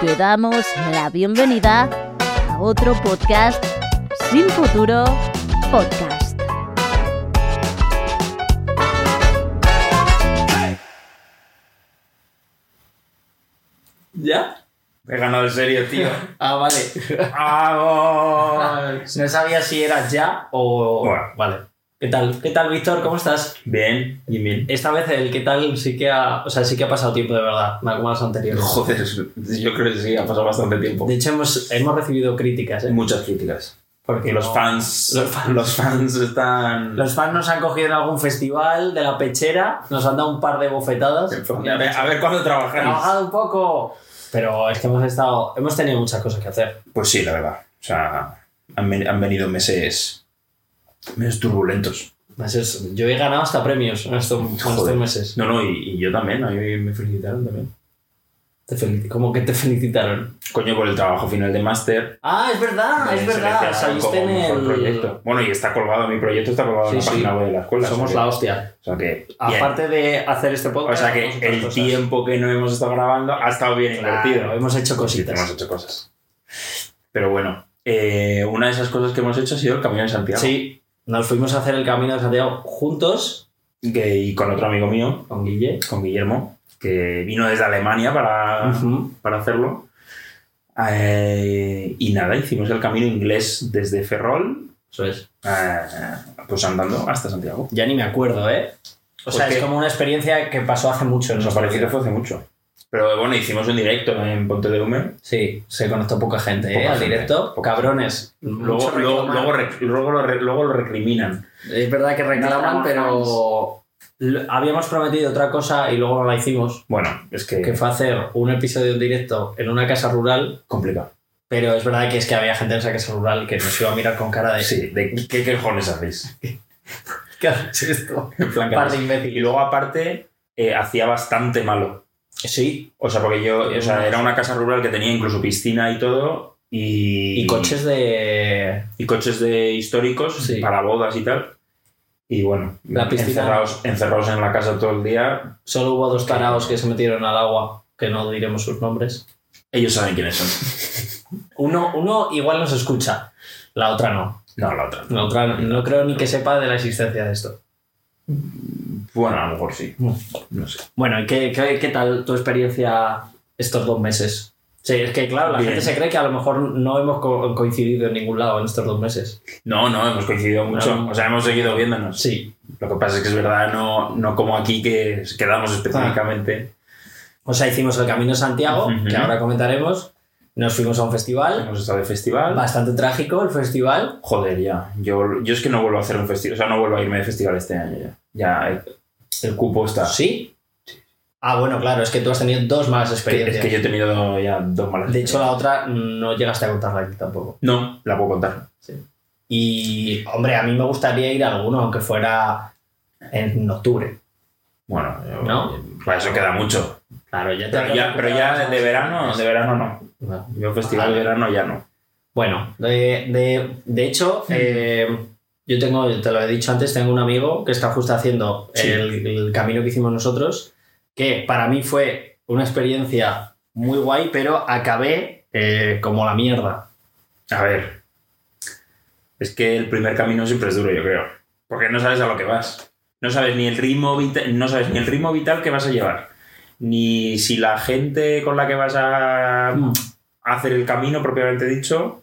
Te damos la bienvenida a otro podcast sin futuro podcast. ¿Ya? Me he ganado en serio, tío. Ah, vale. ¡Vamos! No sabía si era ya o... Bueno. Vale. ¿Qué tal? ¿Qué tal, Víctor? ¿Cómo estás? Bien, y bien. Esta vez el qué tal sí que ha... O sea, sí que ha pasado tiempo de verdad, no como las anteriores. Joder, yo creo que sí, ha pasado bastante tiempo. De hecho, hemos, hemos recibido críticas, ¿eh? Muchas críticas. Porque los, no- fans, los fans- los fans están... Los fans nos han cogido en algún festival de la pechera, nos han dado un par de bofetadas. A ver, a ver cuándo trabajáis. ¡Trabajado un poco! Pero es que hemos estado... Hemos tenido muchas cosas que hacer. Pues sí, la verdad. O sea, han, ven- han venido meses... Meses turbulentos. Más es- Yo he ganado hasta premios en estos, en estos Joder. meses. No, no, y, y yo también. A mí me felicitaron también. Te felici- como que te felicitaron. Coño, por el trabajo final de máster. Ah, es verdad, es Me verdad. seleccionaron Saliste en como mejor el proyecto. Bueno, y está colgado, mi proyecto está colgado en Sí, la sí. página web de la escuela. Pues Somos o sea la que- hostia. O sea que... bien. Aparte de hacer este O podcast. sea que hacemos otras el cosas. tiempo que no hemos estado grabando ha estado bien Claro, invertido. hemos hecho cositas. Hemos hecho cosas. Pero bueno, eh, una de esas cosas que hemos hecho ha sido el Camino de Santiago. Sí, nos fuimos a hacer el camino de Santiago juntos Que- y con otro amigo mío, con Guille. con Guillermo, que vino desde Alemania para, Ujú. para hacerlo. Eh, y nada, hicimos el camino inglés desde Ferrol, Eso es. eh, pues andando hasta Santiago. Ya ni me acuerdo, ¿eh? O sea, Porque- es como una experiencia que pasó hace mucho. Nos nuestra pareció que vida. fue hace mucho. Pero bueno, hicimos un directo en Ponte de Hume. Sí, se conectó poca gente, ¿eh? Poca Al gente, directo. poca Cabrones. Luego, Mucho luego, reclaman. luego rec- luego lo re- luego lo recriminan. Es verdad que reclaman, No pero lo- habíamos prometido otra cosa y luego no la hicimos, Bueno, es que, que fue hacer un episodio en directo en una casa rural, complicado. pero es verdad que es que había gente en esa casa rural que nos iba a mirar con cara de Sí, de qué quejones hacéis. ¿qué haces esto? En plan, ¿qué Par de hacéis? y imbéciles. luego aparte eh, hacía bastante malo. Sí, O sea, porque yo, o sea, era una casa rural que tenía incluso piscina y todo y, y coches de... y coches de históricos Sí. para bodas y tal. Y bueno, La piscina- encerrados, encerrados en la casa todo el día, Solo hubo dos taraos que se metieron al agua, que no diremos sus nombres. ellos saben quiénes son. Uno, uno igual nos escucha, la otra no. No, la otra. La otra no creo ni que sepa de la existencia de esto. Bueno, a lo mejor sí. No sé. Bueno, ¿y qué, qué, qué tal tu experiencia estos dos meses? Sí, es que claro, la Bien. gente se cree que a lo mejor no hemos co- coincidido en ningún lado en estos dos meses. No, no, hemos coincidido mucho. No. O sea, hemos seguido viéndonos. Sí. Lo que pasa es que es verdad, no, no como aquí que Ah. quedamos específicamente. O sea, hicimos el Camino de Santiago, Ujú. que ahora comentaremos. Nos fuimos a un festival, Hemos estado de festival. bastante trágico el festival. Joder, ya. Yo, yo es que no vuelvo a hacer un festival. O sea, no vuelvo a irme de festival este año ya. Ya, el, el cupo está. ¿Sí? Ah, bueno, claro, es que tú has tenido dos malas Que- experiencias. es que yo he tenido ya dos malas. De hecho, la otra no llegaste a contarla aquí tampoco. No, la puedo contar. Y, hombre, a mí me gustaría ir a alguno, aunque fuera en octubre. Bueno, yo- No. para eso queda mucho. Claro, ya te Pero ya, pero ya de verano, de verano no. verano. Yo festival de verano ya no. Bueno, de, de- de hecho, eh, yo tengo, te lo he dicho antes, tengo un amigo que está justo haciendo Sí. el, el camino que hicimos nosotros, que para mí fue una experiencia muy guay, pero acabé eh, como la mierda. A ver. Es que el primer camino siempre es duro, yo creo. Porque no sabes a lo que vas. No sabes ni el ritmo vital, no sabes ni el ritmo vital que vas a llevar. Ni si la gente con la que vas a Mm. hacer el camino propiamente dicho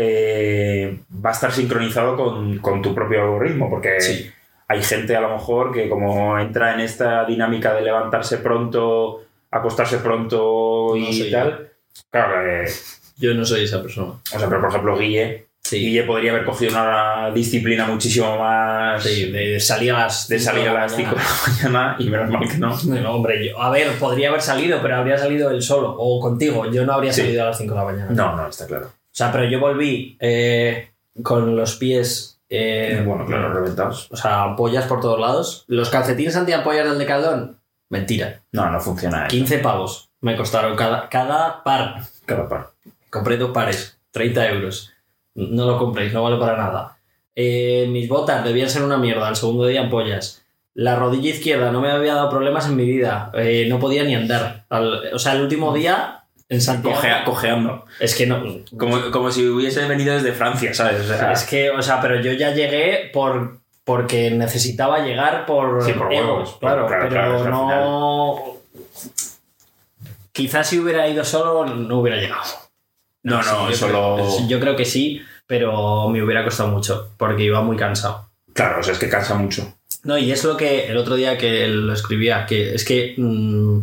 eh, va a estar sincronizado con, con tu propio ritmo, porque Sí. hay gente a lo mejor que como entra en esta dinámica de levantarse pronto, acostarse pronto No y soy tal, claro, eh, Yo no soy esa persona. o sea, pero por ejemplo Guille, Sí, Guille podría haber cogido una disciplina muchísimo más sí, de salir a las de salir a las 5 cinco de la la mañana y menos mal que no. mañana. No, hombre, yo, a ver, podría haber salido, pero habría salido él solo o contigo. Yo no habría Sí. salido a las 5 de la mañana. No, no, está claro. O sea, pero yo volví eh, con los pies. eh, bueno, claro, reventados. O sea, ampollas por todos lados. Los calcetines antiampollas del Decathlon, mentira. No, no funciona. eh, 15 pavos me costaron cada, cada par. cada par. Compré dos pares, 30 euros. No lo compréis, no vale para nada. Eh, mis botas debían ser una mierda, al segundo día ampollas. La rodilla izquierda no me había dado problemas en mi vida. Eh, no podía ni andar. Al- o sea, el último día en Santiago. Cojea- cojeando. Es que no. Como, como si hubiese venido desde Francia, ¿sabes? O sea, Es que, o sea, pero yo ya llegué por porque necesitaba llegar por, Sí, por egos, huevos, claro, claro, pero claro, es que al no. Quizás si hubiera ido solo no hubiera llegado. no, no, yo eso creo- lo... Yo creo que sí, pero me hubiera costado mucho porque iba muy cansado. Claro, o sea, es que cansa mucho. No, y es lo que el otro día que lo escribía, que es que mm,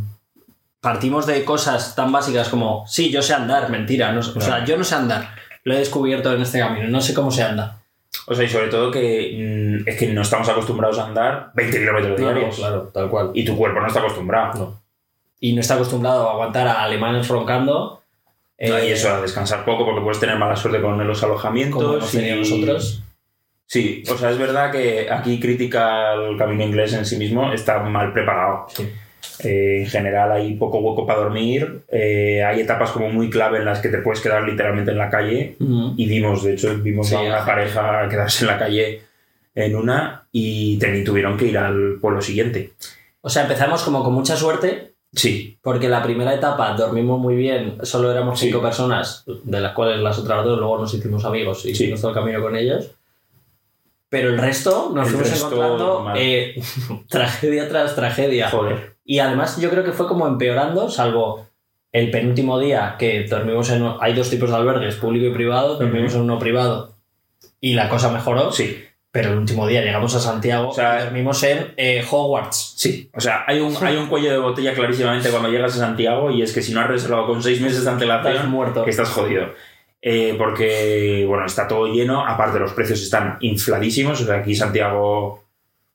partimos de cosas tan básicas como, sí, yo sé andar, mentira, no sé- o sea, Claro. yo no sé andar, lo he descubierto en este camino, no sé cómo se anda. O sea, y sobre todo que mm, es que no estamos acostumbrados a andar 20 kilómetros diarios. claro, tal cual. Y tu cuerpo no está acostumbrado. No. Y no está acostumbrado a aguantar a alemanes roncando. No, eh, y eso, a descansar poco porque puedes tener mala suerte con los alojamientos. como hemos tenido y- nosotros. Sí, o sea, es verdad que aquí critica el camino inglés en sí mismo, está mal preparado. Sí. Eh, en general hay poco hueco para dormir, eh, hay etapas como muy clave en las que te puedes quedar literalmente en la calle y vimos, de hecho, vimos Sí, a una ajá. pareja quedarse en la calle en una y te- tuvieron que ir al pueblo siguiente. O sea, empezamos como con mucha suerte, Sí, porque la primera etapa dormimos muy bien, solo éramos Sí. cinco personas, de las cuales las otras dos luego nos hicimos amigos y Sí. hicimos todo el camino con ellos. Pero el resto nos El fuimos resto, encontrando mal. eh, tragedia tras tragedia. joder. Y además yo creo que fue como empeorando, salvo el penúltimo día que dormimos en... Hay dos tipos de albergues, público y privado, dormimos en uno privado y la cosa mejoró, Sí, pero el último día llegamos a Santiago O sea, y dormimos en eh, Hogwarts. Sí, o sea, hay un, hay un cuello de botella clarísimamente cuando llegas a Santiago y es que si no has reservado con seis meses de Estás antelación, muerto. estás jodido. Eh, porque, bueno, está todo lleno, aparte los precios están infladísimos, o sea, aquí Santiago,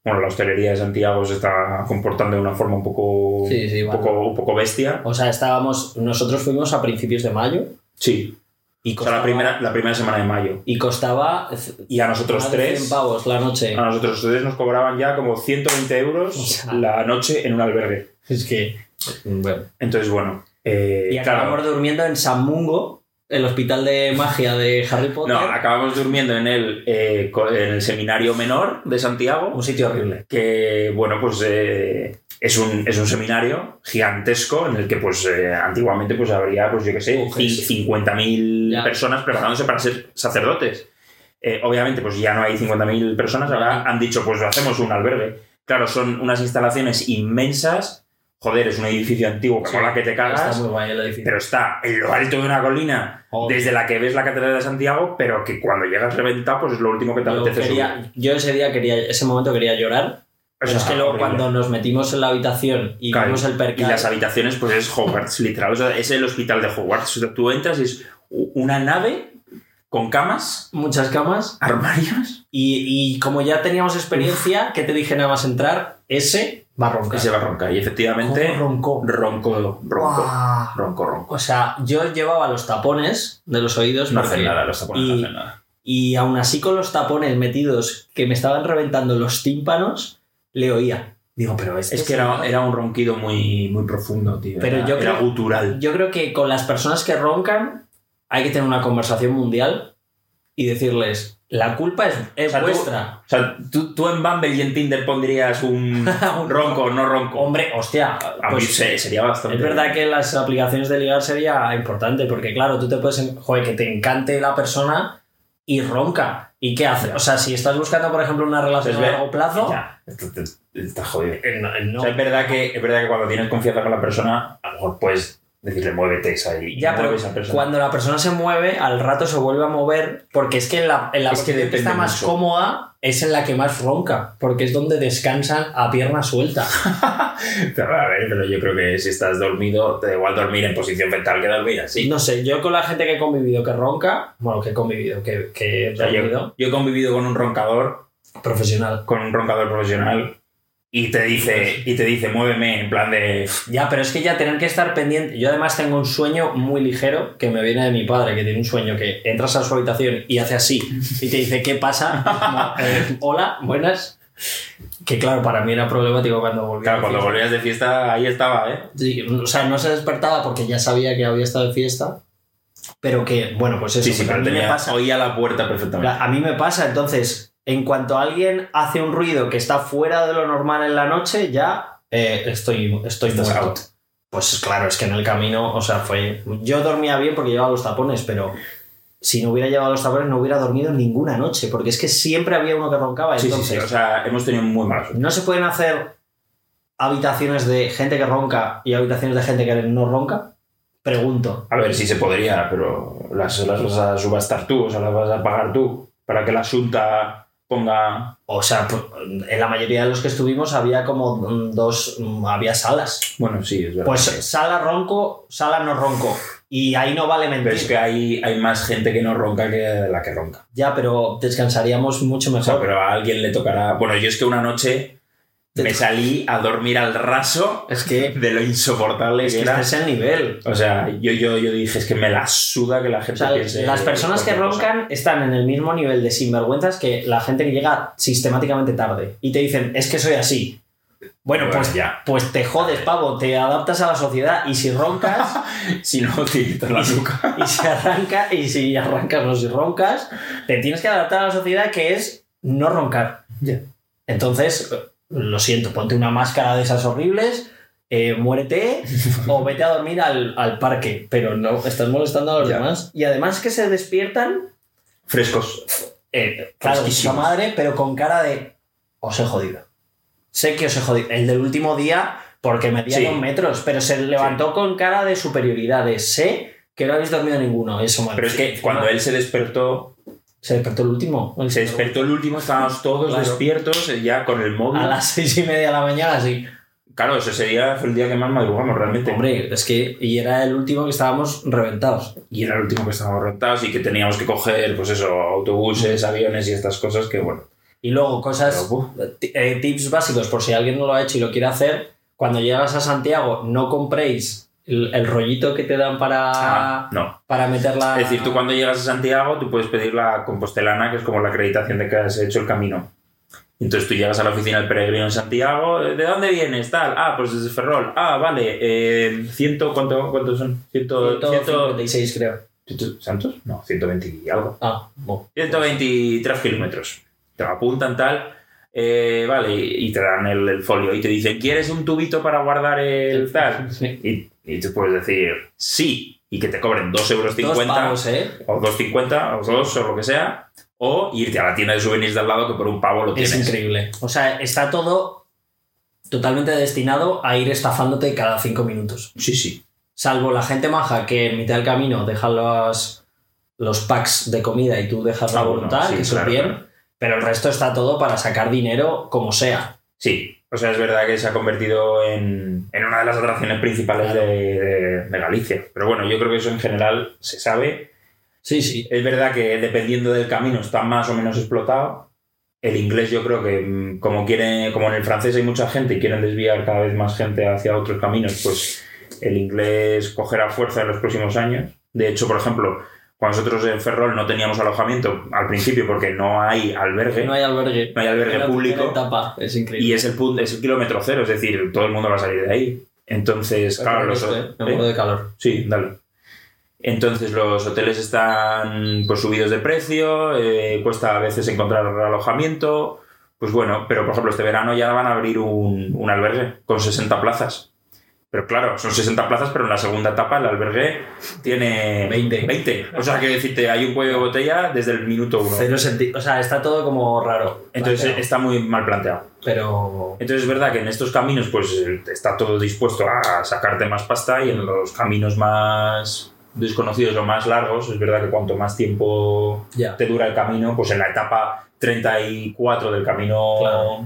bueno, la hostelería de Santiago se está comportando de una forma un poco, Sí, sí, un bueno. poco, un poco bestia. O sea, estábamos... Nosotros fuimos a principios de mayo Sí, y o sea, costaba... la primera, la primera semana de mayo. Y costaba... Y a nosotros más de tres, Ah. 100 pavos la noche. a nosotros tres nos cobraban ya como 120 euros O sea. la noche en un albergue. Es que... Bueno. Entonces, bueno, eh, Y acabamos durmiendo en San Mungo, el hospital de magia de Harry Potter. No, acabamos durmiendo en el, eh, co- en el seminario menor de Santiago, un sitio horrible. que, bueno, pues eh, es, un, es un seminario gigantesco en el que, pues, eh, antiguamente, pues, habría, pues, yo qué sé, Mujeres. cin- 50.000 Ya. personas preparándose para ser sacerdotes. Eh, obviamente, pues, ya no hay 50.000 personas, ahora han dicho, pues, hacemos un albergue. Claro, son unas instalaciones inmensas. Joder, es un edificio antiguo, que Sí. mola que te cagas Está muy guay el edificio. pero está en lo alto de una colina Joder. desde la que ves la catedral de Santiago, pero que cuando llegas reventado, pues es lo último que te Yo, apetece subir. quería- yo ese día quería, ese momento quería llorar. O Pero sea, es que luego horrible. cuando nos metimos en la habitación y Claro, vimos el Y percal, las habitaciones, pues es Hogwarts, literal. O sea, es el hospital de Hogwarts. O sea, tú entras y es u- una nave con camas, muchas camas. armarios. Y, y como ya teníamos experiencia, que te dije nada más entrar, ese va a roncar. Ese va a roncar. Y efectivamente, ¿Cómo roncó? ronco, ronco, Guau. ronco, ronco. O sea, yo llevaba los tapones de los oídos No porque- hacen nada, los tapones no Y- hacen nada. y aún así con los tapones metidos que me estaban reventando los tímpanos, le oía. Digo, pero este Es que señor- era, era un ronquido muy, muy profundo, tío. Pero era, yo era creo- gutural. Yo creo que con las personas que roncan hay que tener una conversación mundial y decirles, la culpa es, es O sea, tú- vuestra. O sea, tú, tú en Bumble y en Tinder pondrías un Un ronco, no ronco. Hombre, hostia, A pues mí se- sería bastante. es verdad que las aplicaciones de ligar sería importante porque claro, tú te puedes, en- joder, que te encante la persona y ronca. ¿Y qué hace? O sea, si estás buscando, por ejemplo, una relación Pues ve- a largo plazo, Ya, esto te- está jodido. eh, no, eh, no. O sea, es, verdad que, es verdad que cuando tienes confianza con la persona, a lo mejor puedes decirle muévete esa y Ya, y pero mueve esa persona. cuando la persona se mueve, al rato se vuelve a mover, porque es que en la, en la Es que posición que está depende más mucho. cómoda es en la que más ronca, porque es donde descansan a pierna suelta. Pero, a ver, pero yo creo que si estás dormido, te da igual dormir en posición fetal que dormir así. No sé, yo con la gente que he convivido que ronca, bueno, que he convivido, que, que he O sea, dormido, yo, yo he convivido con un roncador, profesional. con un roncador profesional, y te Pues dice, y te dice, muéveme, en plan de. Ya, pero es que ya tener que estar pendiente. Yo además tengo un sueño muy ligero que me viene de mi padre, que tiene un sueño que entras a su habitación y hace así y te dice, ¿qué pasa? Como, eh, Hola, buenas. Que claro, para mí era problemático cuando volví. a Claro, la cuando fiesta. volvías de fiesta, ahí estaba, ¿eh? Sí, o sea, no se despertaba porque ya sabía que había estado de fiesta, pero que, bueno, pues eso, Sí, sí, pues a pero mí me tenía, pasa. oía la puerta O perfectamente. sea, A mí me pasa, entonces, en cuanto alguien hace un ruido que está fuera de lo normal en la noche, ya eh, estoy, estoy Estás muerto. out. Pues claro, es que en el camino, o sea, fue. Yo dormía bien porque llevaba los tapones, pero si no hubiera llevado los tapones no hubiera dormido ninguna noche, porque es que siempre había uno que roncaba. Sí, sí, entonces, sí. O sea, hemos tenido muy mala suerte. no se pueden hacer habitaciones de gente que ronca y habitaciones de gente que no ronca. Pregunto. A ver, sí se podría, pero las, las vas a subastar tú, o sea, las vas a pagar tú para que la Junta ponga. O sea, pu- en la mayoría de los que estuvimos había como mm, dos, mm, había salas. Bueno, sí, es verdad. Pues sala ronco, sala no ronco. Y ahí no vale mentir. Pero es que hay, hay más gente que no ronca que la que ronca. Ya, pero descansaríamos mucho O sea, mejor. pero a alguien le tocará. Bueno, yo es que una noche me salí a dormir al raso Es que, de lo insoportable es que que era. este es el nivel. O sea, yo, yo, yo dije, es que me la suda que la O gente sea, piense las personas que cualquier cosa. roncan están en el mismo nivel de sinvergüenzas que la gente que llega sistemáticamente tarde y te dicen, es que soy así. Bueno, Bueno, pues ya. pues te jodes, pavo, te adaptas a la sociedad y si roncas, Si no, te quitas la nuca. y si arranca, y si arrancas o si roncas, te tienes que adaptar a la sociedad que es no roncar. Ya. Entonces, lo siento, ponte una máscara de esas horribles, eh, muérete o vete a dormir al, al parque, pero no, estás molestando a los Ya. demás. Y además que se despiertan, Frescos. eh, claro, de puta Fresquísimos. madre, pero con cara de os he jodido. Sé que os he jodido. El del último día, porque medía Sí. dos metros, pero se levantó con cara de superioridad, de sé que no habéis dormido ninguno. Eso, madre. Pero es que cuando Ah. él se despertó, Se despertó el último. se despertó Pues el último, estábamos todos Claro. despiertos, eh, ya con el móvil. A las seis y media de la mañana, sí. Claro, ese sería, fue el día que más madrugamos realmente. Hombre, es que. Y era el último que estábamos reventados. Y era el último que estábamos rentados y que teníamos que coger, pues eso, Mm. autobuses, aviones y estas cosas que, bueno. Y luego, cosas. Pero, buh. t- eh, tips básicos, por si alguien no lo ha hecho y lo quiere hacer. Cuando llegas a Santiago, no compréis el, el rollito que te dan para, Ah, no. para meterla. Es decir, tú cuando llegas a Santiago, tú puedes pedir la compostelana, que es como la acreditación de que has hecho el camino. Entonces tú llegas a la oficina del peregrino en Santiago, eh, ¿de dónde vienes? Tal, ah, pues desde Ferrol, ah, vale, eh, ciento, ¿cuánto, ¿cuántos son? Ciento, ciento, 156, creo. ¿ciento- ¿Santos? No, 120 y algo. Ah, bueno. 123 kilómetros. Te lo apuntan tal, eh, vale, y y te dan el, el folio y te dicen, ¿quieres un tubito para guardar el tal? Sí. Y, y tú puedes decir, sí, y que te cobren 2,50 euros Dos pavos, ¿eh? o 2.50 o 2 o lo que sea, o irte a la tienda de souvenirs de al lado que por un pavo lo Es tienes. increíble. O sea, está todo totalmente destinado a ir estafándote cada cinco minutos. Sí, sí. Salvo la gente maja que en mitad del camino deja los, los packs de comida y tú dejas la Ah, bueno, voluntad, sí, que eso claro, bien, claro. pero el resto está todo para sacar dinero como sea. Sí. O sea, es verdad que se ha convertido en, en una de las atracciones principales Claro. de, de- de Galicia. Pero bueno, yo creo que eso en general se sabe. Sí, sí. Es verdad que dependiendo del camino está más o menos explotado. El inglés yo creo que mm, como quiere, como en el francés hay mucha gente y quieren desviar cada vez más gente hacia otros caminos, pues el inglés cogerá fuerza en los próximos años. De hecho, por ejemplo, cuando nosotros en Ferrol no teníamos alojamiento al principio porque no hay albergue, No hay albergue. no hay albergue Era la primera público etapa, Es increíble. y es el punto, es el kilómetro cero, es decir, todo el mundo va a salir de ahí. Entonces, claro, los, Esto, ¿eh? Me ¿eh? muero de calor. Sí, dale. Entonces los hoteles están pues subidos de precio, eh, cuesta a veces encontrar alojamiento, pues bueno, pero por ejemplo este verano ya van a abrir un, un albergue con 60 plazas. Pero claro, son 60 plazas, pero en la segunda etapa el albergue tiene 20. 20. O sea, que decirte, hay un cuello de botella desde el minuto uno. Cero sentido. O sea, está todo como raro. Entonces Planteado. está muy mal planteado. Pero. Entonces es verdad que en estos caminos pues eh, está todo dispuesto a sacarte más pasta y en los caminos más desconocidos o más largos es verdad que cuanto más tiempo Ya. te dura el camino pues en la etapa 34 del camino Claro.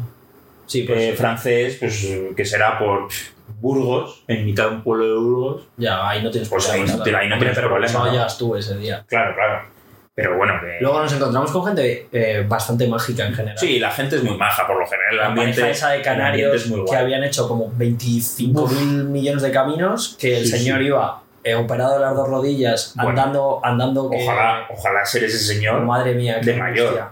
Sí, eh, pues. francés pues eh, que será por pff, Burgos en mitad de un pueblo de Burgos ya, ahí no tienes Pues ahí no claro. tiene- ahí no Hombre, tienes pero problema, No ¿no? llegas tú ese día. claro claro pero bueno que Luego nos encontramos con gente eh, bastante mágica en general. sí la gente es muy maja por lo general el la ambiente pareja esa de el ambiente canarios es muy que guay. habían hecho como 25 mil millones de caminos que el Sí, señor sí. iba eh, operado de las dos rodillas Bueno. andando andando eh, que- ojalá ojalá ser ese señor madre mía qué de mayor. angustia.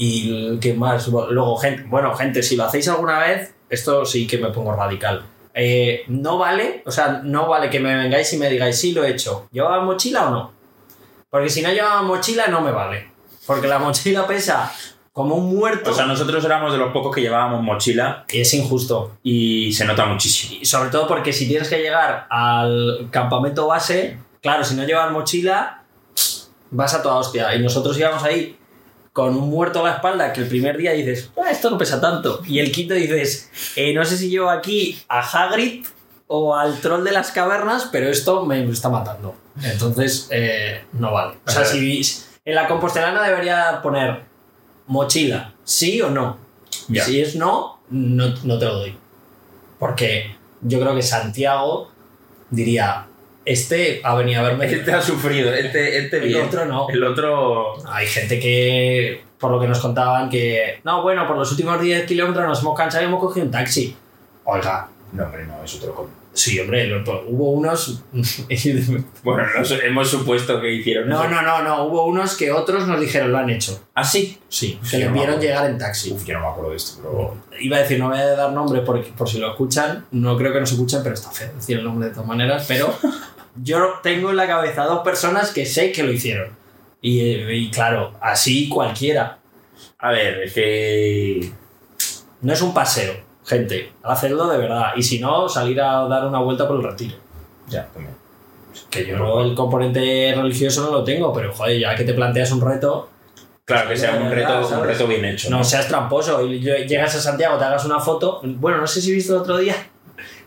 y el que más luego gente bueno gente si lo hacéis alguna vez esto sí que me pongo radical Eh, no vale o sea no vale que me vengáis y me digáis si lo he hecho llevaba mochila o no porque si no llevaba mochila no me vale porque la mochila pesa Como un muerto. O sea, nosotros éramos de los pocos que llevábamos mochila y es injusto. y se nota muchísimo. Y sobre todo porque si tienes que llegar al campamento base, claro, si no llevas mochila, vas a toda hostia. Y nosotros íbamos ahí con un muerto a la espalda que el primer día dices, "Ah, esto no pesa tanto. Y el quinto dices, "Eh, no sé si llevo aquí a Hagrid o al troll de las cavernas, pero esto me está matando. Entonces, eh, no vale. O sea, si en la compostelana debería poner mochila, sí o no. Ya. Si es no, no, no te lo doy. Porque yo creo que Santiago diría, este ha venido a verme. Este ha sufrido, este, este el bien. otro no. El otro. Hay gente que, por lo que nos contaban, que no, bueno, por los últimos 10 kilómetros nos hemos cansado y hemos cogido un taxi. Oiga, No, hombre, no, eso te lo como. sí, hombre, lo- pues, hubo unos. Bueno, no sé, hemos supuesto que hicieron no, eso. no, no, no, hubo unos que otros nos dijeron lo han hecho. ¿Ah, sí? Sí, Sí, que les no, vieron no. llegar en taxi. Uf, yo no me acuerdo de esto, pero. Iba a decir, no voy a dar nombre porque, por si lo escuchan, no creo que nos escuchen, pero está feo decir el nombre de todas maneras, pero yo tengo en la cabeza dos personas que sé que lo hicieron. Y, eh, y claro, así cualquiera. A ver, es que. No es un paseo, gente. Hacedlo de verdad. Y si no, salir a dar una vuelta por el retiro. Ya, también. Que yo el componente religioso no lo tengo, pero joder, ya que te planteas un reto, Claro, que sea un reto, un reto bien hecho. no seas tramposo. Y yo- llegas a Santiago, te hagas una foto. Bueno, no sé si viste el otro día.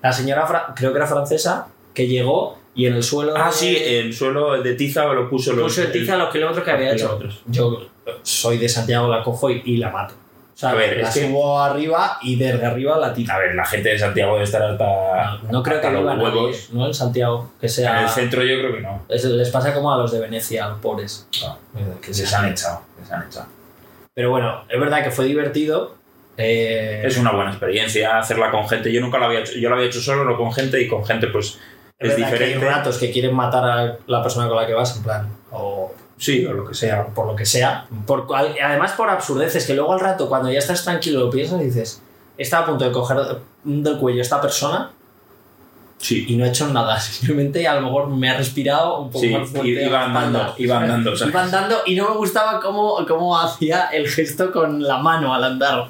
La señora, fra- creo que era francesa, que llegó y en el suelo. Ah, de- sí, el suelo el de tiza lo puso los. puso de tiza los kilómetros que había los hecho. kilómetros. Yo soy de Santiago, la cojo y, y la mato. O sea, A ver, la es que- subo arriba y desde arriba la tiro. A ver, la gente de Santiago debe estar hasta. No creo hasta que los viva nadie, huevos. ¿no? En Santiago, que sea. En el centro yo creo que no. Es- les pasa como a los de Venecia, a los pobres. No, que Les Ah, han echado. Les han echado. Pero bueno, es verdad que fue divertido. eh, Es una buena experiencia hacerla con gente. Yo nunca la había hecho. Yo la había hecho solo, no con gente y con gente, pues. Es, verdad diferente. Que hay ratos que quieren matar a la persona con la que vas, en plan, o Sí, o lo que sea. por lo que sea. Por, al- además, por absurdeces, que luego al rato, cuando ya estás tranquilo, lo piensas y dices, estaba a punto de coger del cuello a esta persona Sí. y no he hecho nada. Simplemente a lo mejor me ha respirado un poco Sí, más fuerte. iba a la andando, espalda. iba andando, o sea. Iba andando y no me gustaba cómo, cómo hacía el gesto con la mano al andar.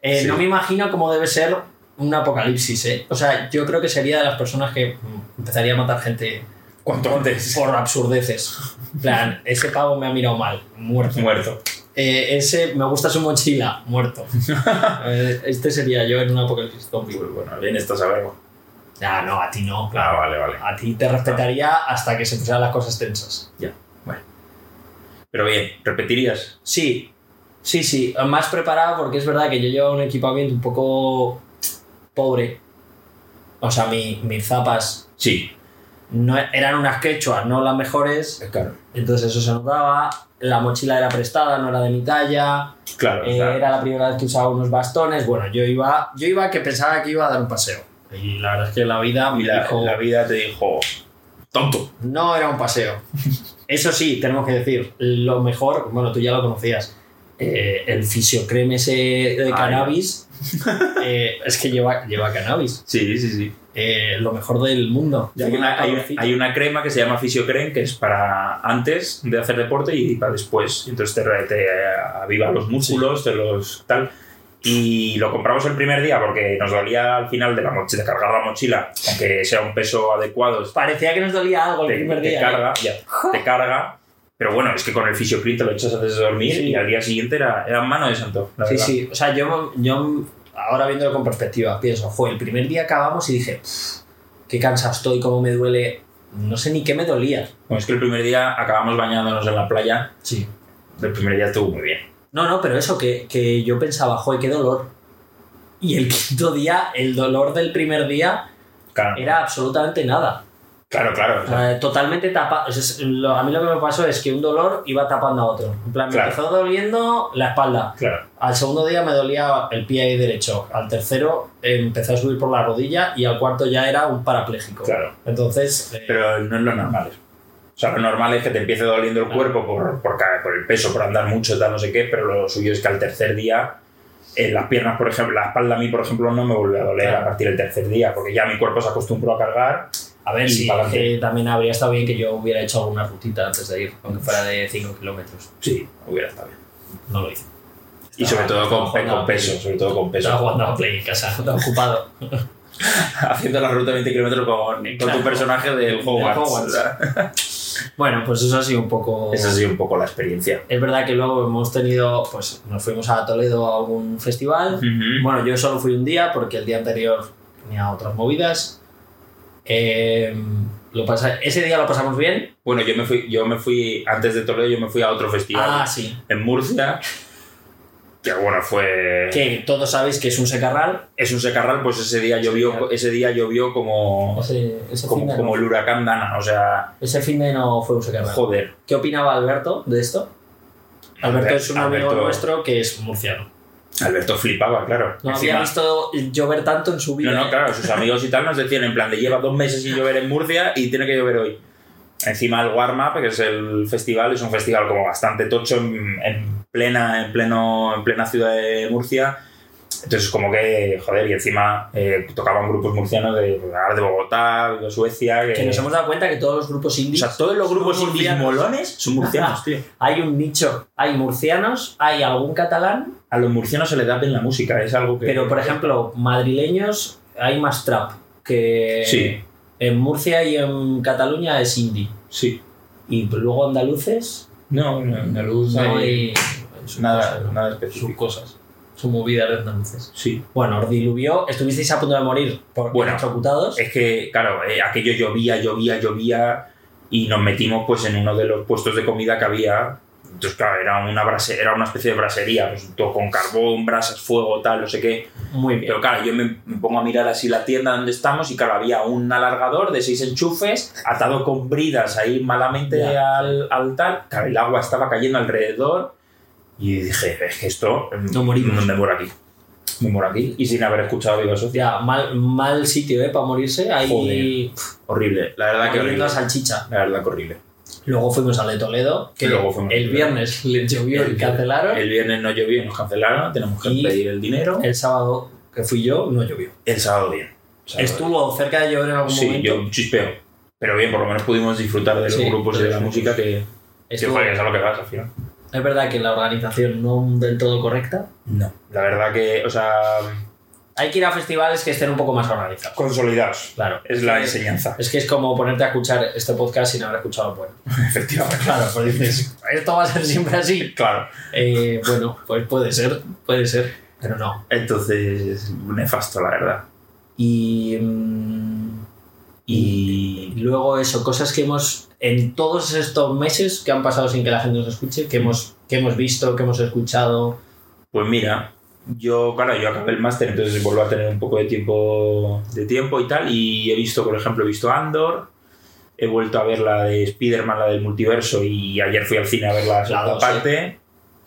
Eh, Sí. No me imagino cómo debe ser un apocalipsis, ¿eh? O sea, yo creo que sería de las personas que mm, empezaría a matar gente Cuanto antes. por absurdeces. En plan, ese pavo me ha mirado mal, muerto. Muerto. Eh, ese me gusta su mochila, muerto. Eh, este sería yo en un apocalipsis zombie. Pues bueno, bien estás a verlo. Ah, no, a ti no, Ah, claro. vale, vale. A ti te respetaría hasta que se pusieran las cosas tensas. Pero bien, ¿repetirías? Sí, sí, sí. Más preparada porque es verdad que yo llevo un equipamiento un poco pobre. O sea, mi- mis zapas Sí. no e, eran unas quechuas, no las mejores. Claro. Entonces eso se notaba. La mochila era prestada, no era de mi talla. Claro, Eh, claro. era la primera vez que usaba unos bastones. Bueno, yo iba, yo iba que pensaba que iba a dar un paseo. Y la verdad es que la vida me Y la, dijo, la vida te dijo, tonto. no era un paseo. Eso sí, tenemos que decir, lo mejor, bueno, tú ya lo conocías, eh, el fisiocreme ese de Ay. cannabis, eh, es que lleva, lleva cannabis, Sí, sí, sí. eh, lo mejor del mundo. hay, Tiene una, hay- calorcito. hay una crema que se llama Fisiocrem, que es para antes de hacer deporte y para después. Entonces te, re- te, eh, aviva los músculos, te los tal. Y lo compramos el primer día porque nos dolía al final de, la mochila, de cargar la mochila, aunque sea un peso adecuado, Parecía que nos dolía algo el te, primer te día. ¿eh? carga, ya, te carga. Pero bueno, es que con el fisioclin te lo echas antes de dormir Sí. y al día siguiente era, era mano de santo. la Sí, verdad. sí. O sea, yo, yo ahora viéndolo con perspectiva, pienso, fue el primer día acabamos y dije, "Pff, qué cansado estoy, cómo me duele. No sé ni qué me dolía. Bueno, es que el primer día acabamos bañándonos en la playa. Sí. El primer día estuvo muy bien. No, no, pero eso, que, que yo pensaba, joder, qué dolor. Y el quinto día, el dolor del primer día Claro, era absolutamente nada. claro, claro. o O sea, sea, totalmente tapado. a mí lo que me pasó es que un dolor iba tapando a otro. En plan, me Claro. empezó doliendo la espalda. claro. Al segundo día me dolía el pie ahí derecho. Al tercero eh, empecé a subir por la rodilla y al cuarto ya era un parapléjico. Claro. Entonces, eh, Pero no es lo normal. O sea, lo normal es que te empiece doliendo Ah. el cuerpo por, por, ca- por el peso, por andar mucho, tal, no sé qué, pero lo suyo es que al tercer día, en las piernas, por ejemplo, la espalda a mí, por ejemplo, no me vuelve a doler Claro. a partir del tercer día, porque ya mi cuerpo se acostumbró a cargar. a ver y si para adelante. que también habría estado bien que yo hubiera hecho alguna rutita antes de ir, aunque fuera de 5 kilómetros. Sí, hubiera estado bien. No lo hice. Y sobre todo con, Estaba con jugando a la peso, sobre todo con Play. Estaba peso. jugando a la Play en casa, estaba ocupado. Haciendo la ruta 20 kilómetros con, con tu personaje de Hogwarts. Hogwarts. Bueno, pues eso ha sido un poco. Esa ha sido un poco la experiencia. Es verdad que luego hemos tenido, pues nos fuimos a Toledo a un festival. Bueno, yo solo fui un día porque el día anterior tenía otras movidas. Eh, lo pasa- ese día lo pasamos bien. Bueno, yo me fui, yo me fui, antes de Toledo, yo me fui a otro festival Ah, sí. en Murcia. Que bueno, fue. Que todos sabéis que es un secarral. Es un secarral, pues ese día llovió, ese día llovió como, Ese, ese fin como, de como el huracán Dana. O sea, no, ese fin de no fue un secarral. joder. ¿Qué opinaba Alberto de esto? Alberto es un amigo Alberto- nuestro que es murciano. Alberto flipaba, claro. No Encima- había visto llover tanto en su vida. No, no, claro, sus amigos y tal nos decían en plan de lleva dos meses sin llover en Murcia y tiene que llover hoy. Encima el Warm Up, que es el festival, es un festival como bastante tocho en, en plena, en pleno, en plena ciudad de Murcia. Entonces como que, joder, y encima eh, tocaban grupos murcianos de, pues, de Bogotá, de Suecia, que, Que nos hemos dado cuenta que todos los grupos o indies. sea, todos los son grupos indies murcianos. molones son murcianos, tío. Hay un nicho. Hay murcianos, hay algún catalán, A los murcianos se les da bien la música, es algo que... pero por ejemplo, madrileños hay más trap que Sí, en Murcia y en Cataluña es indie. sí. Y luego andaluces No, no, no hay hay su cosa, nada, ¿no? nada sus específico. cosas, su movida de andaluces. Sí. Bueno, os diluvió, estuvisteis a punto de morir por Bueno, electrocutados. Es que, claro, eh, aquello llovía, llovía, llovía y nos metimos pues en uno de los puestos de comida que había. Entonces, claro, era una, brase- era una especie de brasería, pues, todo con carbón, brasas, fuego, tal, no sé qué. Muy bien. Pero claro, yo me, me pongo a mirar así la tienda donde estamos y claro, había un alargador de seis enchufes atado con bridas ahí malamente Ya. al, al tal. Claro, el agua estaba cayendo alrededor y dije, es que esto... No morimos. Me muero aquí. Me muero aquí. Y sin haber escuchado Viva Social. Ya, mal, mal sitio, ¿eh? Para morirse. Ahí Joder. Horrible. La verdad que comiendo horrible. salchicha. La verdad que horrible. Luego fuimos al de Toledo, que Y luego fuimos al el de viernes le llovió y El- cancelaron. El viernes no llovió y nos cancelaron, tenemos que Y- pedir el dinero. El, El sábado que fui yo no llovió. sábado bien. Sábado Estuvo cerca de llover en bien. algún Sí, momento. yo un chispeo. Pero bien, por lo menos pudimos disfrutar de los Sí, grupos y de la sí. música que, que, Estuvo- joder, es a lo que vas al final. es verdad que la organización no del todo correcta. No. La verdad que, o sea, Hay que ir a festivales que estén un poco más organizados. consolidados. Claro. Es la enseñanza, Es que es como ponerte a escuchar este podcast sin haber escuchado el bueno. efectivamente. Claro, pues dices, esto va a ser siempre así. Claro. Eh, bueno, pues puede ser, puede ser, pero no. Entonces, nefasto, la verdad. Y, mm, Y. luego eso, cosas que hemos en todos estos meses que han pasado sin que la gente nos escuche, que hemos, que hemos visto, que hemos escuchado. Pues mira, yo, claro, yo acabé el máster, entonces vuelvo a tener un poco de tiempo, de tiempo y tal. Y he visto, por ejemplo, he visto Andor, he vuelto a ver la de Spider-Man, la del multiverso, y ayer fui al cine a ver la segunda dos, parte.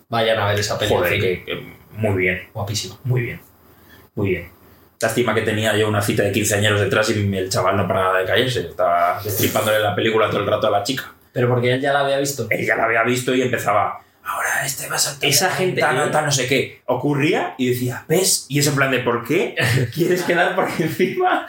Vayan a ver esa peli. Joder, en fin, que- que muy bien, guapísima. muy bien, muy bien. Lástima que tenía yo una cita de 15 años detrás y el chaval no paraba de caerse, estaba destripándole la película todo el rato a la chica. Pero porque él ya la había visto. Ella la había visto y empezaba, ahora este va a saltar. Esa gente- tal, tal, tal, no sé qué. Ocurría y decía, ¿ves? Y es en plan de, ¿por qué quieres quedar por encima?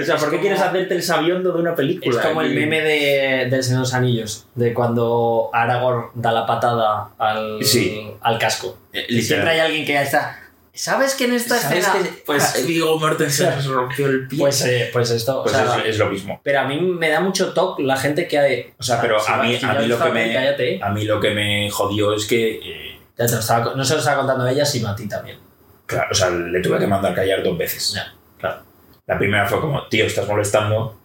O sea, ¿por qué como- quieres hacerte el sabiondo de una película? Es como el Y- meme de, del Señor de los Anillos, de cuando Aragorn da la patada al, Sí. al casco. Eh, Y siempre Literal. hay alguien que ya está. ¿Sabes que en esta ¿Sabes escena? Ah, eh, que- pues Vigo Mortensen nos rompió el pie. pues, eh, pues esto. o Pues sea, es, es lo mismo. Pero a mí me da mucho toque la gente que hay. O sea, pero a mí, a mí lo que me, Cállate, eh. a mí lo que me jodió es que, eh, Ya te lo estaba, co- no se lo estaba contando a ella, sino a ti también. claro, o sea, le tuve que mandar callar dos veces. Ya, claro. La primera fue como, tío, estás molestando.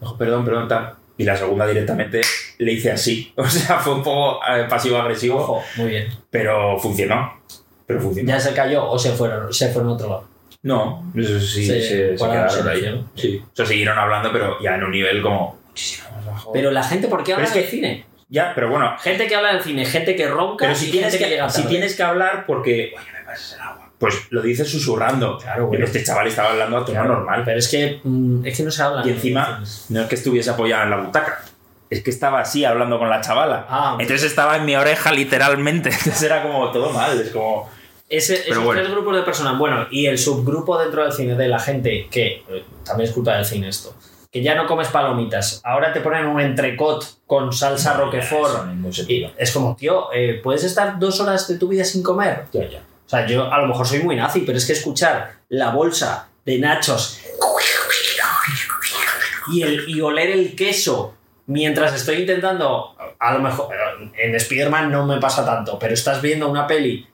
Dijo, perdón, perdón, tal. Y la segunda directamente le hice así. O sea, fue un poco eh, pasivo-agresivo. Ojo, muy bien. Pero funcionó. Pero funcionó. ¿Ya se cayó o se fueron, se fueron a otro lado? No, eso sí, Se- se, se guardaron quedaron ahí. silencio, ¿no? Sí. O sea, siguieron hablando, pero ya en un nivel como muchísimo más bajo. Pero la gente, ¿por qué habla Pero es que- del cine? ya, pero bueno. Gente que habla del cine, gente que ronca Pero si y tienes, gente que, que, llega si tarde. tienes que hablar porque, oye, me pasas el agua. Pues lo dices susurrando. Claro, Pero bueno. este chaval estaba hablando a tono Claro, normal. Pero es que, mm, es que no se habla. Y encima, no es que estuviese apoyado en la butaca. Es que estaba así hablando con la chavala. Ah, Entonces estaba en mi oreja literalmente. Entonces era como todo mal. Es como. Ese- Pero esos bueno. tres grupos de personas, bueno, y el subgrupo dentro del cine de la gente que eh, también es culpa del cine esto, que ya no comes palomitas, ahora te ponen un entrecot con salsa roquefort. "Ah, Eso, ningún sentido. Y es como, tío, eh, ¿puedes estar dos horas de tu vida sin comer? Ya, ya. O O sea, yo a lo mejor soy muy nazi, pero es que escuchar la bolsa de nachos y, el, y oler el queso mientras estoy intentando, a lo mejor eh, en Spider-Man no me pasa tanto, pero estás viendo una peli,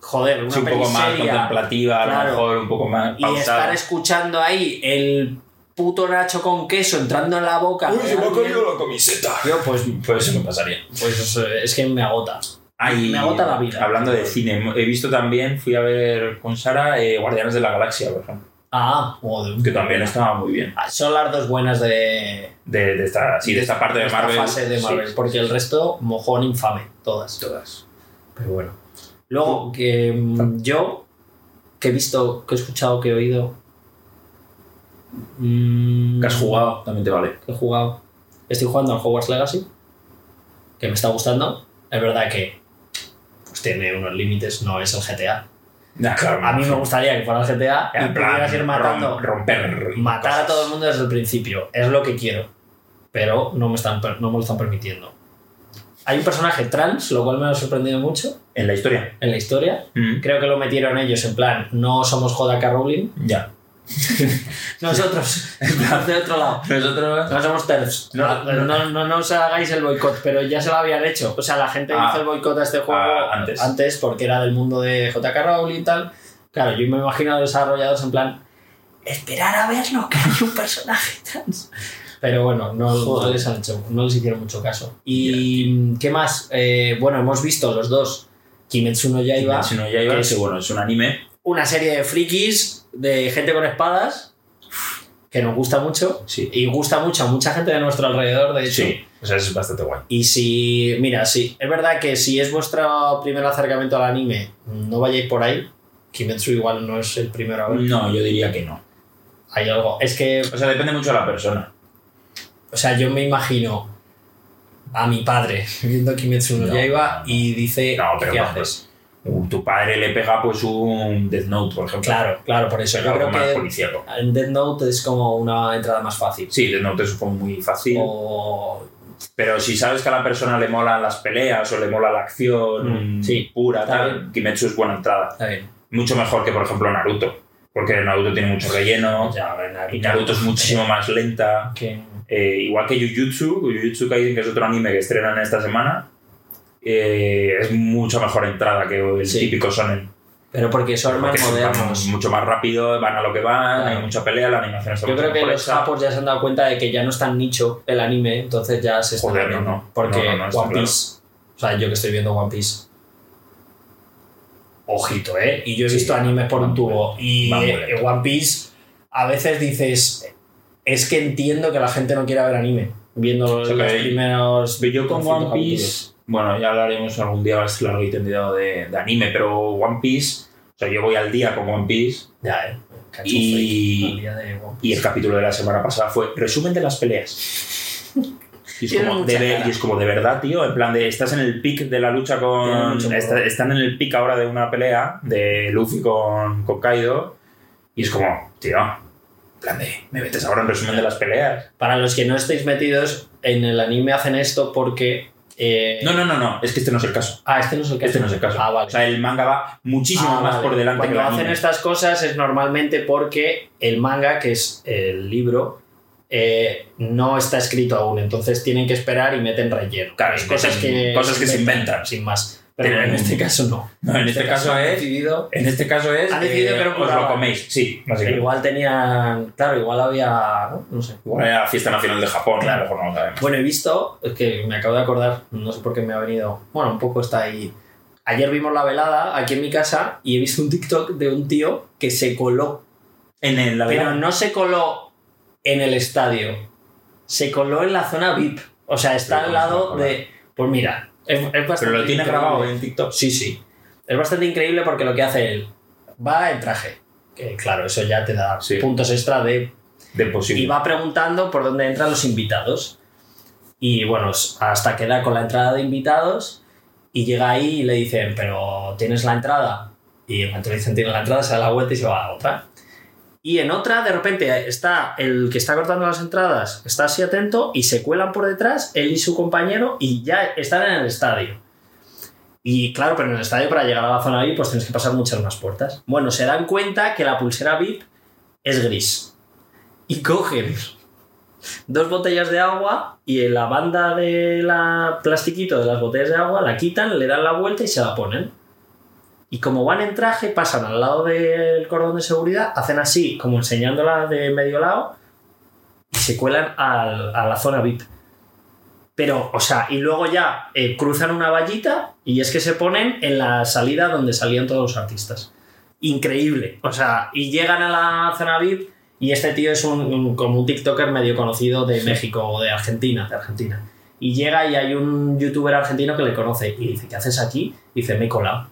joder, una Sí, un peli poco más seria, contemplativa, a claro. lo mejor un poco más y estar pausada. escuchando ahí el puto nacho con queso entrando en la boca. Uy, se me ha Alguien- corrido la camiseta. Yo, pues, Pues eso me pasaría. pues eso, es que me agota. Ay, Me agota la vida. Hablando de cine, he visto también, fui a ver con Sara eh, Guardianes de la Galaxia, por ejemplo, Ah, joder. que también estaba muy bien. Ah, Son las dos buenas de, De, de esta, sí, de esta parte de, esta Marvel. fase de sí. Marvel, porque el resto, mojón infame, todas. Todas. Pero bueno. Luego, que mm, yo, que he visto, que he escuchado, que he oído. mm, Que has jugado, también te vale. que he jugado. Estoy jugando al Hogwarts Legacy, que me está gustando. Es verdad que pues, tiene unos límites, no es el GTA. A mí me gustaría que fuera el GTA y En plan, pudieras ir matando rom- romper. matar a cosas. todo el mundo desde el principio. Es lo que quiero. Pero no me, están, per- no me lo están permitiendo. Hay un personaje trans, lo cual me ha sorprendido mucho En la historia. en la historia. Mm. Creo que lo metieron ellos en plan, no somos Jodaka Rowling. Ya. Nosotros, de otro lado. Nosotros. No somos TERFs. No. No, no, no, no os hagáis el boicot, pero ya se lo habían hecho. O sea, la gente Ah. hizo el boicot a este juego Ah, antes. porque era del mundo de JK Rowling y tal. Claro, yo me imagino a los desarrolladores en plan, esperar a verlo, que hay un personaje trans. Pero bueno, no, no Joder. les han hecho, no les hicieron mucho caso. ¿Y qué más? Eh, bueno, hemos visto los dos Kimetsu no Yaiba, Si no, ya iba. Que sí, es- bueno, es un anime. una serie de frikis, de gente con espadas, que nos gusta mucho. pues Sí. Y gusta mucho a mucha gente de nuestro alrededor, de hecho. Sí. O sea, es bastante guay. Y si, mira, sí, es verdad que si es vuestro primer acercamiento al anime, no vayáis por ahí. Kimetsu igual no es el primero a ver. No, yo diría que no. Hay algo. Es que, O sea, depende mucho de la persona. o sea, yo me imagino a mi padre viendo Kimetsu no No. Yaiba y dice, No, pero ¿qué no, haces? Uh, tu padre le pega pues un Death Note, por ejemplo. Claro, claro, por eso. Pero Yo algo creo más que policíaco. en Death Note es como una entrada más fácil. Sí, Death Note es un muy fácil. O Pero si sabes que a la persona le molan las peleas o le mola la acción Mm, sí. pura, Está tal, bien. Kimetsu es buena entrada. Está bien. Mucho mejor que, por ejemplo, Naruto. Porque Naruto tiene mucho relleno. Ya, a ver, Y Naruto. Naruto es muchísimo más lenta. Que- Eh, igual que Jujutsu, Jujutsu Kaisen, que es otro anime que estrenan esta semana, eh, es mucho mejor entrada que el Sí. típico Sonen. Pero porque son Porque más son- modernos. van mucho más rápido, van a lo que van, Claro. hay mucha pelea, la animación está Yo mucho creo que mejor los hecha. japos ya se han dado cuenta de que ya no es tan nicho el anime, entonces ya se está Joder, no, abriendo. no. Porque No, no, no, está One Piece, o sea, yo que estoy viendo One Piece, ojito, ¿eh? Y yo he Sí. visto animes por un tubo. Y Va muy eh, lento. One Piece, a veces dices, es que entiendo que la gente no quiera ver anime, viendo sea, que los hay- primeros... Yo con 200 One Piece, bueno, ya hablaremos algún día más largo y tendido de, de anime, pero One Piece, o sea, yo voy al día con One Piece capítulos. Ya, ¿eh? Cacho Y- freak, la vida de One y el Piece. capítulo de la semana pasada fue resumen de las peleas. Y es, Tiene como, mucha de, ver- cara. y es como de verdad, tío, en plan de estás en el pic de la lucha Tiene con... mucho está- morbo. están en el pic ahora de una pelea de Luffy con, con Kaido y es como, tío, en plan de, me metes ahora en resumen de las peleas. Para los que no estéis metidos en el anime, hacen esto porque... eh, No, no, no, no, es que este no es el caso. Ah, este no es el que Este hace. no es el caso. Ah, vale. O sea, el manga va muchísimo Ah, más vale. por delante Cuando que el hacen anime. estas cosas es normalmente porque el manga, que es el libro, eh, no está escrito aún. Entonces tienen que esperar y meten relleno. Claro, Es y cosas meten que, cosas que se inventan. Sin más. Pero Tienen en un- este caso no. No, en este caso han es. decidido- En este caso es. Han decidido eh, que no os lo cobraba. coméis, sí, básicamente. Igual tenían. Claro, igual había. No, no sé. Igual era la fiesta nacional de Japón, a lo mejor no lo sabemos. Bueno, he visto, es que me acabo de acordar, no sé por qué me ha venido. Bueno, un poco está ahí. Ayer vimos la velada aquí en mi casa y he visto un TikTok de un tío que se coló En el, la Pero verdad- no se coló en el estadio, se coló en la zona VIP. O sea, está Pero al ¿cómo se va a lado colar? de. Pues mira, es, es bastante. Pero lo tiene increíble. grabado ¿eh? en TikTok. Sí, sí. Es bastante increíble porque lo que hace él va en traje. Que claro, eso ya te da Sí. puntos extra de. De Y posible. va preguntando por dónde entran los invitados. Y bueno, hasta queda con la entrada de invitados. Y llega ahí y le dicen, pero ¿tienes la entrada? Y en cuanto le dicen, tiene la entrada, se da la vuelta y se va a otra. Y en otra, de repente, está el que está cortando las entradas, está así atento y se cuelan por detrás él y su compañero y ya están en el estadio. Y claro, pero en el estadio para llegar a la zona VIP pues tienes que pasar muchas más puertas. Bueno, se dan cuenta que la pulsera VIP es gris. Y cogen dos botellas de agua y en la banda de la plastiquito de las botellas de agua la quitan, le dan la vuelta y se la ponen. Y como van en traje, pasan al lado del cordón de seguridad, hacen así, como enseñándola de medio lado, y se cuelan al- a la zona VIP. Pero, o sea, y luego ya eh, cruzan una vallita y es que se ponen en la salida donde salían todos los artistas. Increíble. O sea, y llegan a la zona VIP y este tío es un, un- como un TikToker medio conocido de México o de Argentina, de Argentina. Y llega y hay un youtuber argentino que le conoce y dice, ¿qué haces aquí? Y dice, me he colado.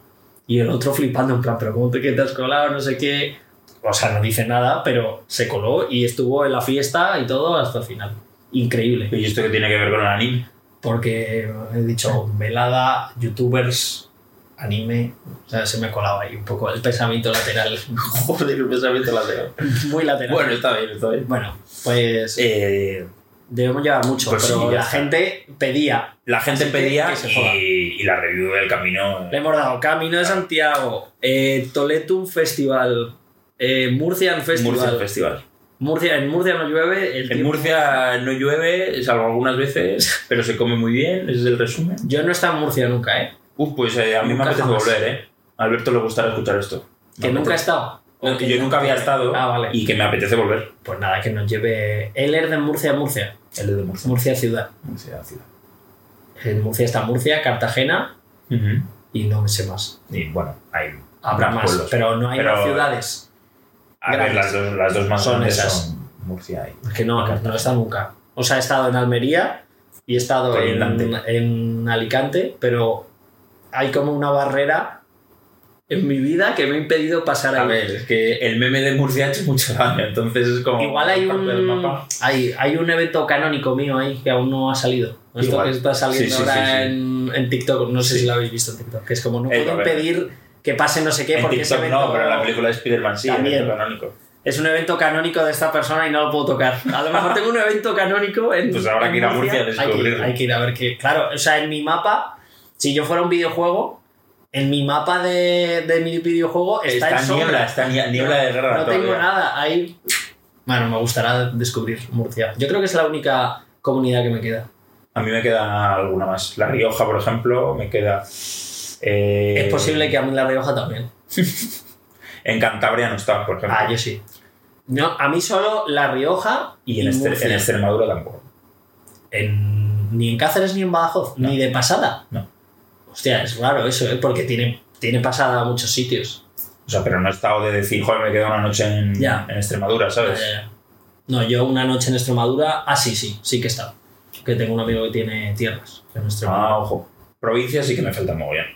Y el otro flipando en plan, pero ¿cómo te, que te has colado? No sé qué. O sea, no dice nada, pero se coló y estuvo en la fiesta y todo hasta el final. Increíble ¿Y esto qué tiene que ver con el anime? porque he dicho velada, youtubers, anime, o sea, se me colaba ahí un poco el pensamiento lateral, Joder, pues el pensamiento lateral. muy lateral. Bueno, está bien, está bien. Bueno, pues Eh, debemos llevar mucho, pues pero sí, ya la está. gente pedía. la gente Así que pedía que se joda. y, y la review del camino. Le hemos dado Camino de Santiago, eh, Toletum Festival, eh, Murcian Festival. Murcia Murcia, Festival. en Murcia no llueve. El En tiempo- Murcia no llueve, salvo algunas veces, pero se come muy bien, ese es el resumen. Yo no he estado en Murcia nunca, ¿eh? Uf, pues eh, a mí me Nunca apetece jamás. volver, ¿eh? A Alberto le gustará escuchar esto. Que Me nunca he apetece. estado. No, que yo nunca había estado Ah, vale. y que me apetece volver. Pues nada, que nos lleve. Él es de Murcia, Murcia. El de Murcia. Murcia ciudad. Murcia, ciudad. En Murcia está Murcia, Cartagena y no me sé más. Y bueno, hay. Habrá más, pueblos. pero no hay Pero- más ciudades. A ver, Grandes. las dos, las dos más Son grandes esas. son Murcia y. Es que no, no he estado nunca. O sea, he estado en Almería y he estado en, Colindante. en Alicante, pero hay como una barrera en mi vida que me ha impedido pasar A ahí. ver, es que el meme de Murcia ha hecho mucho daño, entonces es como. Igual hay parte del un, mapa. hay, hay un evento canónico mío ahí que aún no ha salido. Esto Igual. que está saliendo Sí, sí, ahora sí, sí. En, en TikTok, no sé Sí. si lo habéis visto en TikTok, que es como no Eh, puedo a ver. impedir que pase no sé qué En porque ese TikTok evento- no, pero en la película de Spider-Man sí, También. evento canónico. es un evento canónico de esta persona y no lo puedo tocar. A lo mejor tengo un evento canónico en. Pues habrá en que ir a Murcia a Hay que ir- descubrirlo. Hay que, ir a ver qué. Claro, o sea, en mi mapa, si yo fuera un videojuego, en mi mapa de, de mi videojuego está, Está, en sombra. niebla, está nie- niebla de guerra. No tengo todavía. nada. Ahí. Bueno, me gustará descubrir Murcia. Yo creo que es la única comunidad que me queda. A mí me queda alguna más. La Rioja, por ejemplo, me queda. eh, Es posible que a mí La Rioja también. En Cantabria no está, por ejemplo. Ah, yo sí. No, a mí solo La Rioja y en, este Extre- Murcia. en Extremadura tampoco. en- ni en Cáceres ni en Badajoz, No. ni de pasada. No. Hostia, es raro eso, ¿eh? porque tiene, tiene pasada a muchos sitios. O sea, pero no he estado de decir, joder, me queda una noche en, Ya. en Extremadura, ¿sabes? Eh, no, yo una noche en Extremadura, ah, sí, sí, sí que he estado. Que tengo un amigo que tiene tierras en Extremadura. Ah, ojo. Provincia sí que me falta mogollón.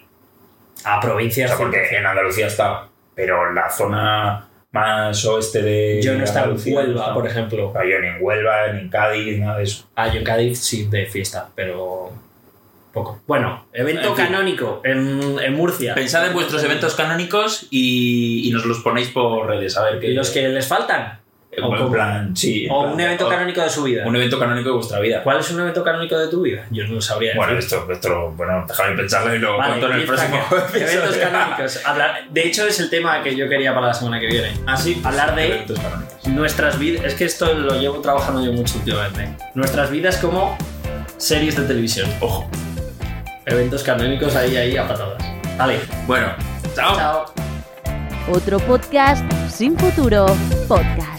A Ah. O provincias. sea, porque en Andalucía está, pero la zona más oeste de yo no he estado en Andalucía, no Huelva, está. por ejemplo. No, yo ni en Huelva, ni en Cádiz, nada de eso. Ah, yo en Cádiz sí, de fiesta, pero poco. Bueno, evento En fin. canónico en, en Murcia. Pensad en vuestros eventos canónicos y, y nos los ponéis por redes, a ver qué... ¿Y los que les faltan? En o buen como- plan, sí. en ¿O plan, un evento o- canónico de su vida? Un evento canónico de vuestra vida. ¿Cuál es un evento canónico de tu vida? Yo no lo sabría. Bueno, decir. esto, esto, bueno, déjame pensarlo y luego Vale, cuento en el cliffhanger. próximo Eventos episodio. canónicos. Hablar- de hecho, es el tema que yo quería para la semana que viene. Ah, sí, Hablar de- eventos canónicos. Nuestras vidas. Es que esto lo llevo trabajando yo mucho últimamente. Nuestras vidas como series de televisión. Ojo. Eventos canónicos ahí, ahí, a patadas. Vale. Bueno, chao. Chao. Otro podcast sin futuro. Podcast.